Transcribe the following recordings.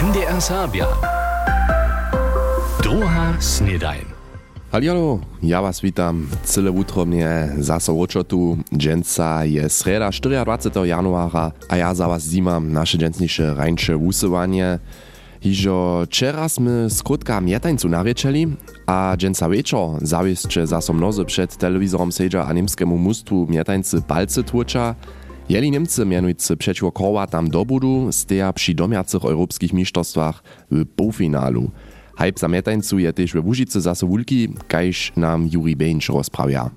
Posavja. Druga snedajn. Halo, ja was witam. Cyle utromnie zase očotu. Dženca je sreda 24. januara a ja za was zimam naše džencniše rańsze wusywanie. Hižo včera sme skrutka mjetańcu narječeli, a dženca večer zaviesće zase mnozy przed telewizorom sejdža a nemskemu mustu mjetańcy palce tłoča. Jeli Niemcy mianujcy przeciwko koła tam dobudu, steja przy domiacych europejskich mistrzostwach w półfinalu. Hype za mjetańcu je też we Łużyce zase wulki, kajż nam Juri Bejnč rozprawia.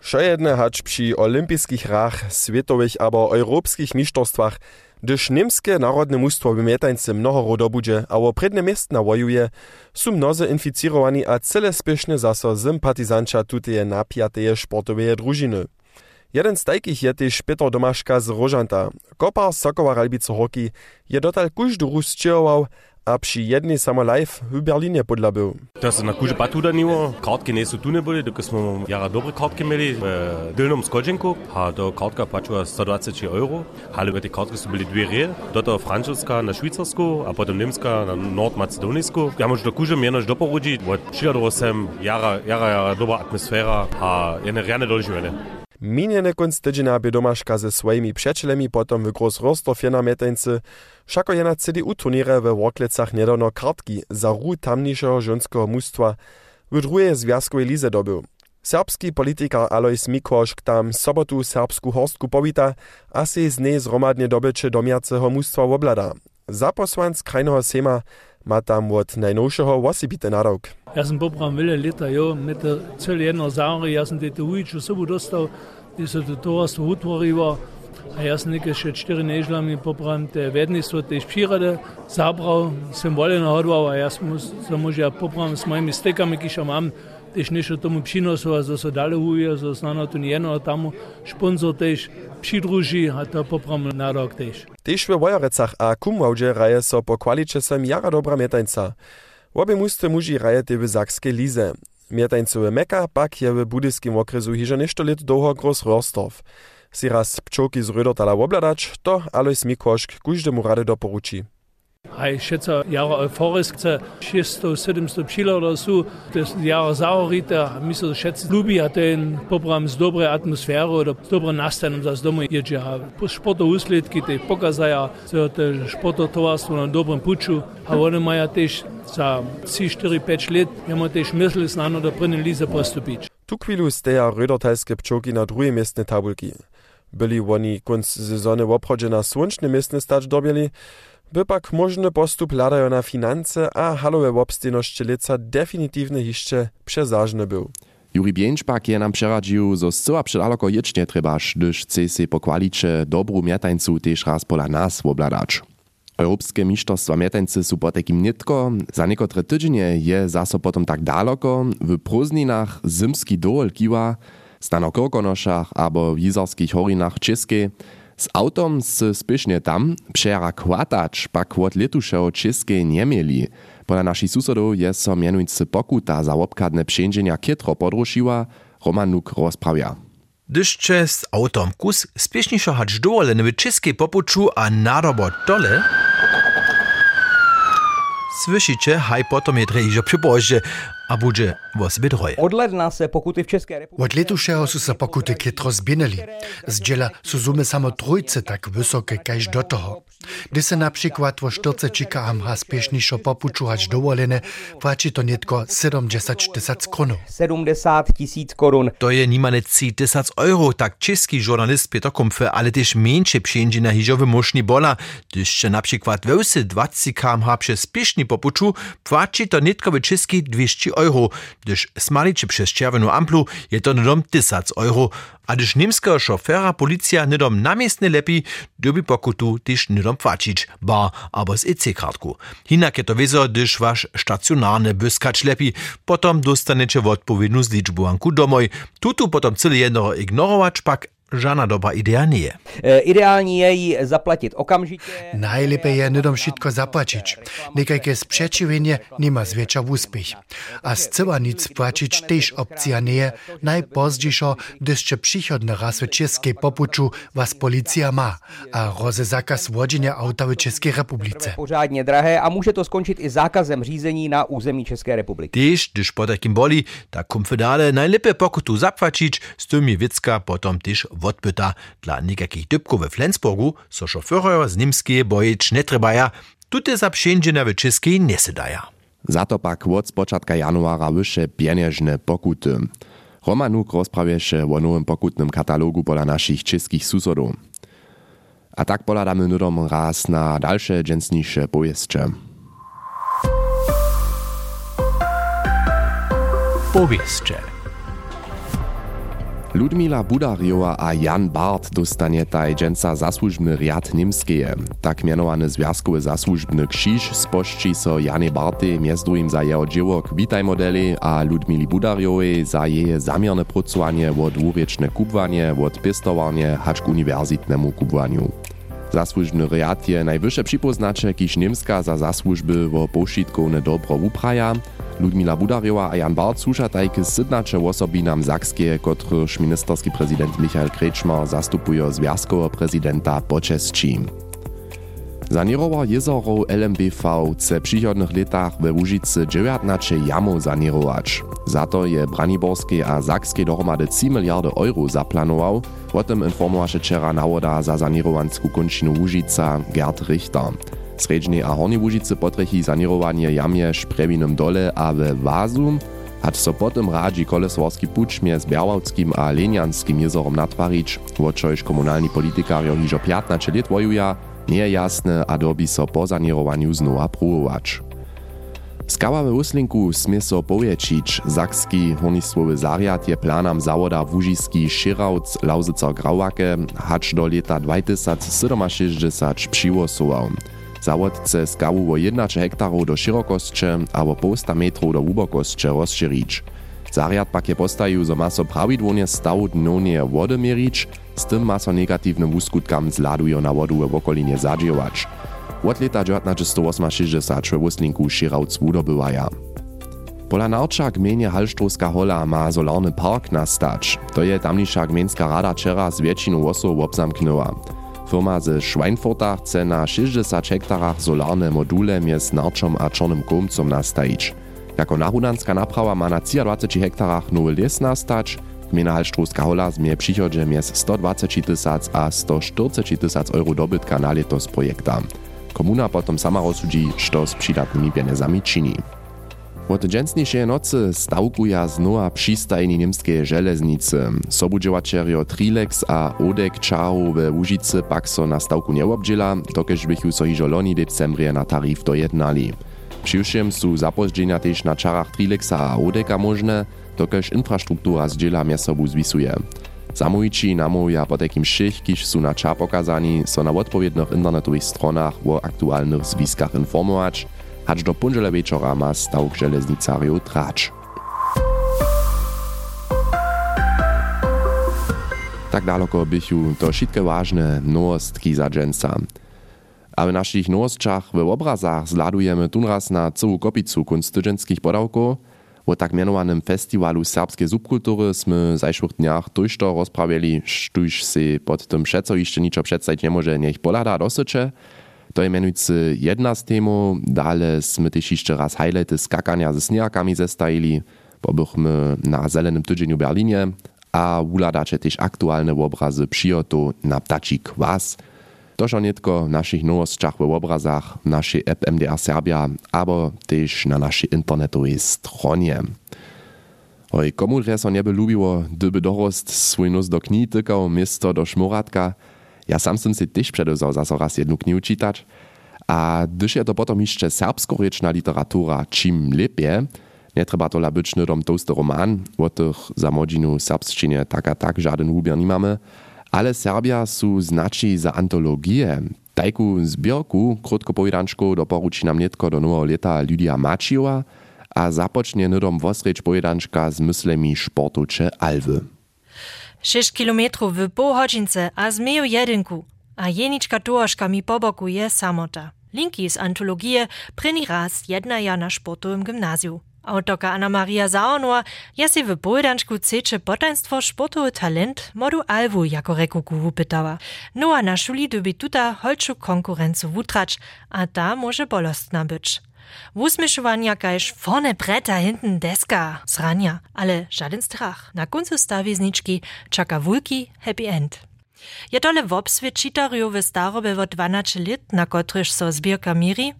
Šo jedne hač pri olimpijskih rah, svetovih abo evropskih mištorstvah, gdyż niemskie narodne mnóstwo wymietańcy mnoho rodobudzie, a o predne miest nawojuje, są mnozy inficirowani, a cele spieszne zaso sympatizanča tuteje napijateje sportoweje drużyny. Jeden z takich je też Peter Domaszka z Rożanta. Kopar Sokowa Ralbice Hockey je dotal kuźdu rusciejował, a przy jednej samo live w Berlinie podlabył. Da se na kuže pa tudi nivo, kartke niso tu ne bili, dokler smo jara dobre kartke imeli v delnom skočenku, a do kartka plačala 120 evrov, ali v te kartke so bili dve reje, do to francoska na švicarsko, a potem nemska na nordmacedonijsko. Ja moč do kuže mi enož doporuči, od širado sem jara, jara, jara dobra atmosfera, a je ne rjane doživljene. Minjene konc tydzina by Domaszka ze swoimi przyjacielami potem w Gros Rostov je na metańcy, wszako je na CDU turnire we Woklecach niedono kartki za ru tamniejszego żonskiego mnóstwa w drugiej związkowej lize dobył. Serbski polityka Alojs Mikošk tam sobotu serbsku horstku powita, a se z niej zromadnie dobyczy domiacego mnóstwa oblada. Zaposłanc krajnego sejma ma tam od najnowszego łasybite narok. Ja sam popram wiele leta, jo, med cel jedno zavre, ja sam tete ujič v sobo dostal, ti so to tovarstvo utvorivo, a ja sam nekaj še štiri nežlami popram te vednistvo, te špirade, zabral, sem voljeno hodval, a ja sam se možja popram s mojimi stekami, ki še imam, tež nešto tomu přinosu a zase dale uje, zase na to njeno, a tam šponzor tež přidruží a to popram narok tež. Tež we Wojorecach a Kumwałdzie raje so po kwalicze sem jara dobra mietańca. Łobie musty muži raje te w zakskiej lize. Mietańcowy Meka pak je w budyskim okresu hiże nešto let długo gros Rostov. Si raz pczołki z Rödotala obladacz, to Alois Mikoszk każdemu rady doporuči. A ich schätze, Jahre euphorisch, 600, 700 Pschiller oder so, das Jahre Sauerritter, müssen schätzen, Lubi hat den Popram z dobre Atmosphäre oder z dobre Nastan, um das Domo jedzie haben. Sporto usledki, te pokazaja, so te sporto tovarstvo na dobrem puču, a oni maja tež za 3, 4, 5 let, imamo tež misli s nano, da prvi lize postupič. Tu chwilu steja rödotalskie pczołki na drugiej miestnej tabulki. Byli oni konc sezony w obchodzie na słoneczny miestny stacz dobieli, by pak możny postup ladają na finanse, a halowe łobstyności lica definitywny jeszcze przezażny był. Juri Bieńczpak je nam przeradził, że zcela przedaleko jeć nie trzebaż, gdyż chce się po kwalicze dobru miatańcu też raz pola nas obladać. Europejskie mistrzostwa miatańcy są po takim nitko, za niektóre tydzienie je zaso potem tak daleko, w próżninach zimski dol kiwa, stano kokonoszach albo w jizorskich horinach czeskie, Z autom se spišne tam, přera kvatać, pak od letušeho české nemeli. Podľa našich susedov je so mienujúce pokuta za obkadne pšenženia kytro podrušila, Roman Nuk rozpravia. Dyszcze z autom kus spieszniejszo hać dole na wyczyskie popuczu, a narobo dole... Słyszycie, haj potom je drejże przyboże, a budzie was bedroje. Od ledna se pokuty v České republice... Od letušeho so se pokuty kytro zbinili. Zdjela so sumy samo trojce tak wysokie kaž do toho. Gdy se napríklad vo štyrce čikám a spiešnýšo popučúhať dovolené, plačí to netko 70 tisíc kronov. 70 tisíc korun. To je nimane 3000 euro, tak český žurnalist Peter Kumpfe, ale też mniejsze przyjęcie na hiżowy muszni bola, gdyż się na przykład wełsy 20 km przez spieszny popuczu, płaci to nitkowy czeski 200 euro, gdyż smaliczy przez czerwoną amplu je to nedom 1000 euro, a gdyż niemskiego szofera policja nedom namiestny lepi, dobi pokutu też nedom płacić, ba albo z EC-kartku. Hinak je to wiezo, gdyż wasz stacjonarny byskacz lepi, potem dostaniecie odpowiednią zliczbu anku domoj, tutu potem cyle jedno ignorować pak žádná doba idea nie. E, Ideální je ji zaplatit okamžitě. Najlepe je nedom všetko zaplačić. Nekajke sprzeciwienie nima zwiecza úspech. A z cyła nic płacić też opcja nie je, najpozdziszo, gdyż się przychodny raz w czeskiej popuczu was policja ma, a roze zakaz łodzienia auta w Czeskiej Republice. Pořádně drahé a může to skončit i zákazem řízení na území České republiky. Tyž, když po takim boli, tak kumfe dale najlepiej pokutu zapłacić, z tymi Wicka potom tyż odpyta. Dla niekakich dybków we Flensburgu, so szoferojo z nimskie bojeć nie trebaja, tute za wszędzie na wyczyskiej nie sedaja. Za to pak od spočatka januára vyše pienieżne pokuty. Romanuk rozprawia się o nowym pokutnym katalogu pola naszych czeskich susodów. A tak poladamy nudom raz na dalsze dżęsniejsze pojeszcze. Powieście. Ludmila Budarjowa a Jan Bart dostanie taj dżęca zasłużbny riad niemskie. Tak mianowany związkowy zasłużbny krzyż spości so Janie Barty między drugim za jeho dzieło Witaj modeli a Ludmili Budarjowej za jej zamierne pracowanie od dwurieczne kubwanie, od pistowanie, hacz k uniwersitnemu kubwaniu. Zasłużny riad je najwyższe przypoznacze, kiż Niemska za zasłużby w poszitkowane dobro upraja. Ludmila Budarjowa a Jan Bart susza tajke sydnacze osobi nam zakskie, kotryż ministerski prezydent Michael Kretschmer zastupuje związkowo prezydenta Počesči. Zanirował jezoro LMBV chce w przychodnych latach we Łużycy 19 jamu zanirować. Za to je Braniborskie a Zakskie dohromady 3 miliardy euro zaplanował. O tym informowała wczoraj nawoda za zanirowanską kończynę Łużyca Gerd Richter. Sredźnie a Horni Łużycy potrechi zanirowanie jamie w Prewinem Dole a we Wazu, hat so potem radzi kolesworski pucz między Białowskim a Lenianskim jezorom natwarić, o czojż komunalni politykar hižo 15 lat wojuja, nie jasne, a dobi so po zanierowaniu znowa próbować. Skała we Uslinku smie so poječić, Zakski hornistwowy zariad je planam zawoda Wuziski Szyrauc Lauzyca Grauwake, hacz do leta 2060 przyłosował. Zawod chce skału o 11 hektarów do szerokości, a o 500 metrów do głębokości rozszerzyć. Zariad pak je postawił, że ma so prawidłowo stawu dnonie wody mierzyć, z tym ma so negatywnym uskutkam zladują na wodę w okolinie zadziewać. Od lata 1968 we Wuslinku Szyrauc wydobywaja. Pola naucza gminie Halštrowska hola ma solarny park nastać. To je tamniejsza gminska rada czera z wieciną osób obzamknęła. Firma ze Schweinfurta chce na 60 hektarach solarne module między Narczom a Czornym Komcom nastajić. Jako nahunanska naprawa ma na 23 hektarach nowy les nastać, gmina Halštrowska hola zmie przychodzie między 120 tysac a 140 tysac euro dobytka na leto z projekta. Komuna potem sama rozsudzi, co z przydatnymi pieniędzami czyni. Od dżęsniejszej nocy stałkuja znowa przystajni niemskiej żeleznicy. Sobudziewaczerjo Trilex a Odek Czao we Łużycy pak so na stałku nie obdziela, dokeż bych so hiżo loni decembrie na tarif dojednali. Przyjrzyjem su zapozdzienia też na czarach Trilexa a Odeka możne, dokeż infrastruktura z dziela mia sobu zwisuje. Zamówici namówia po takim szych, kiż su na czar pokazani, so na odpowiednich internetowych stronach o aktualnych zwiskach informować, hacz do pundziele wieczora ma stałk żeleznicario tracz. Tak daleko bychu to wszystkie ważne nowostki za dżęca. A w naszych nowostczach w obrazach zladujemy tunraz na całą kopicu kunstydżenskich podałków. O tak mianowanym festiwalu serbskiej subkultury smy w zajszłych dniach tuż to rozprawiali, tuż si pod tym przeco jeszcze niczo przedstawić nie może, niech polada dosyće. To je mianujcy jedna z temu, dalej smy też jeszcze raz highlighty skakania ze snijakami zestajili, bo bychmy na zelenym tydzieniu w Berlinie, a uladacze też aktualne obrazy przyjotu na ptaci kwas. To są nie tylko w naszych nowostczach w obrazach, w naszej app MDR Serbia, albo też na naszej internetowej stronie. Oj, komu dreso nie by lubiło, gdyby dorost swój nos do kni tykał, miasto do szmuratka, ja sam sam si też przedozał za so raz jedną knię czytać. A gdyż je to potem jeszcze serbskoryczna literatura czym lepiej, nie trzeba to być nudom tosty roman, o tych za modzinu serbszczynie tak a tak żaden hubier nie mamy, ale Serbia su znaczy za antologię. Tajku zbiorku, krótko pojedanczko, doporuczy nam nietko do nowego leta Lidia Maciła, a zapocznie nudom wosrecz pojedanczka z myślami sportu czy alwy. 6 kilometrów w pół hodzince, a zmieju jedynku. A jeniczka tułażka mi po boku je samota. Linki z antologii pryni raz jedna jana sportu im gimnazjum. Autoka Anna Maria Zaonua je si v Boldančku ceče potajnstvo športu talent modu Alvu jako reku guhu pytała. No a na šuli dobi tuta holču konkurencu vutrač, a ta može bolostna byč. Wusmyšovanja kajž vorne breta, hinten deska, sranja, ale žaden strach. Na koncu staviznički čaka vulki happy end. Je tole w obsvědčitariu ve starobe od 12 let, na kotryž so zbierka miri,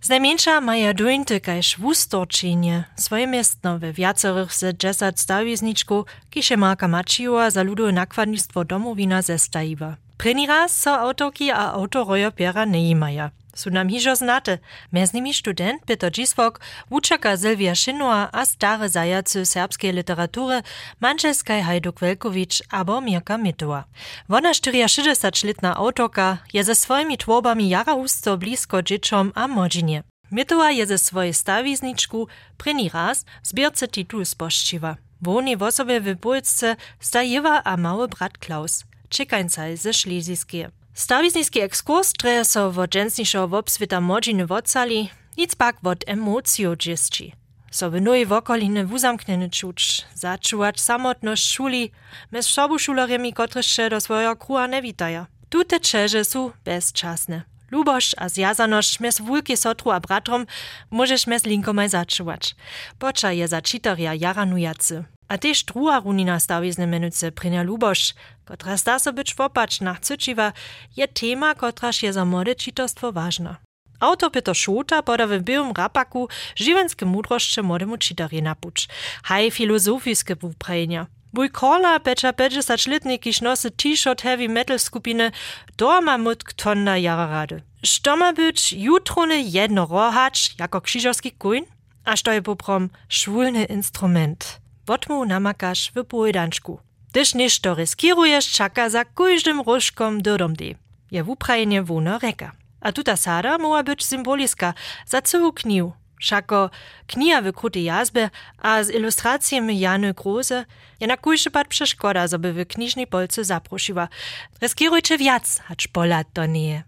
z najmniejsza maja duńty kajż wustorczynie, swoje miestno we wiacorych ze dżesat stawizniczku, kisze marka maciła za ludu nakładnictwo domowina ze stajwa. Pryni raz so autoki a autorojo piera nie maja. Su nam hižo znate, mez nimi student Peter Gisvok, wučaka Silvia Šinua a stare zajacy serbskiej literatury Mančeskaj Hajduk Velkovič abo Mirka Mitova. Wona 64-letna autoka je ze svojimi tvorbami jara usto blisko dzieciom a młodzinie. Mitova je ze swojej stawizniczku Pryni raz zbierce titul spościwa. Woni w osobie wybójce stajewa a mały brat Klaus, Čekańcaj ze Szliziskie. Stawizniski ekskurs dreje so v dženstnišo v obsvita močine vocali, nic pak vod emocijo džistči. So v noji vokoline vzamknjeni čuč, začuvač samotnost šuli, med šobu šularjemi, kotre še do svojo kruha ne vitaja. Tute čeže su bezčasne. Luboš a zjazanoš mes vulki sotru a bratrom možeš mes linkomaj začuvač. Poča je začitarja jaranujace. A tež druga runina stawizne menuce Prinja Luboš, kotra sta so być popaczna, cyciwa, je tema, kotraż je za młode czytostwo ważna. Autor Peter Schota poda w białym rapaku żywenskie mądrości młodemu czytarje napucz. Haj filozofijskie wuprajenia. Bój kola pecza peczesa czlitnik iż nosy t-shirt heavy metal skupiny Dorma mut ktona jara rady. Stoma być jutrone jedno rohacz jako krzyżowski kuń, a stoje poprom szwulny instrument. Wotmu namakasz w Bojdanczku. Tyż niż to riskirujesz, czaka za każdym różkom dodom di. Je w Ukrainie wuna reka. A tuta sada muła być symboliska, za cywu kniu. Szako knia wykrute jazby, a z ilustracjami Jany Groze je na kujszy pad przeszkoda, żeby w kniżnej Polce zaprosiła. Riskirujcie wiac, acz polat do niej.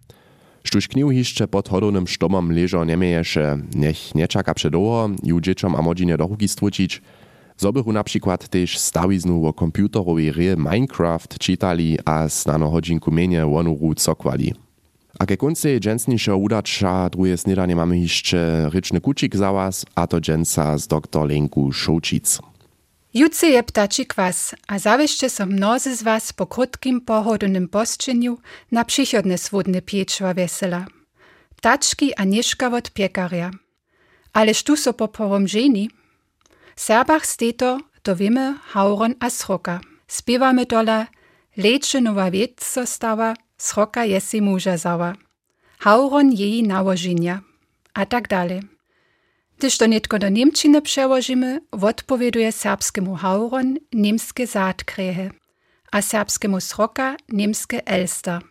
Štuž knihu hišče pod hodovnym štomom ležo nemeješe, nech nečaka předoho, ju džečom a modžine do ruky stvučić. Zobyhu na przykład też stawiznu o komputerowej gry Minecraft czytali, a znano hodzinku mienie wonuru cokwali. A ke konce dżensniejsza udacza druje snidanie mamy jeszcze ryczny kucik za was, a to dżensa z doktor Lenku Szołcic. Jutce je ptači kvas, a zavešte so mnozi z vas po krutkim pohodovnem posčenju na prihodne svodne pječva vesela. Ptački a nješka od pjekarja. Ale štu so po porom ženi? Serbach steto do vime hauron a sroka. Spivame dola, leče nova vet so stava, sroka je si muža zava. Hauron jeji nałożenia. A tak dalej. Tyż to netko do Niemczyny przełożymy, odpowieduje serbskiemu hauron niemskie zatkrehe, a serbskiemu sroka niemskie elster.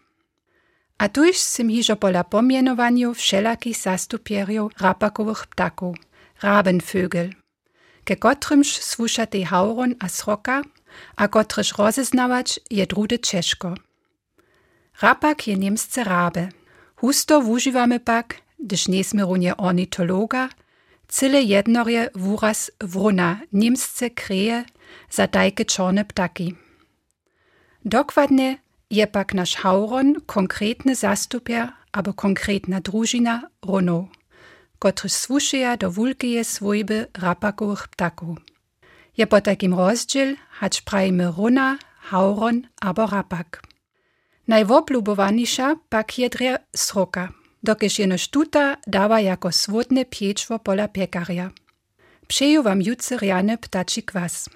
A tuż sym hižo pola pomienowaniu wszelakich zastupierjów rapakowych ptaków, rabenvögel. ke kotrymš slušati hauron a sroka, a kotrymš rozeznavać je drude češko. Rapak je njemsce rabe. Husto wuživame pak, gdyż nie sme runje ornitologa, cyle jednorje wuraz wruna njemsce kreje za dajke čorne ptaki. Dokładnie je pak naš hauron konkretny zastupjer abo konkretna družina runov. kotryž słuszyja do wulkije swojby rapakowych ptaków. Je po takim rozdziel, hać prajmy runa, hauron abo rapak. Najwoplubowanisza pak jedre sroka, dokiż jeno sztuta dawa jako swodne pieczwo pola piekaria. Przeju wam jutce riane ptaci kwas.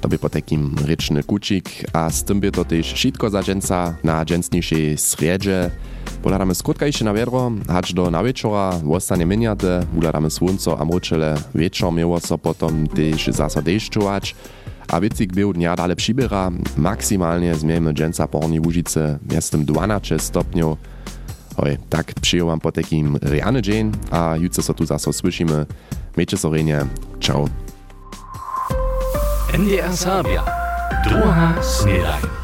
To by po takim ryczny kucik, a z tym by to też wszystko za dżęca na dżęcniejszej sredzie. Podadamy skrótka jeszcze na wiadro, hacz do na wieczora, wostanie miniate, udadamy słonco a mroczele, wieczor miło so potem też zaso deszczować. A wycik był dnia dalej przybiera, maksymalnie zmiejmy dżęca porni w Užice, jestem 12 stopniu. Oj, tak przyjął wam po takim riany dzień, a jutro so tu zaso słyszymy. Miejcie sorenie, ciao. NDR Serbia. Druga Snedaj.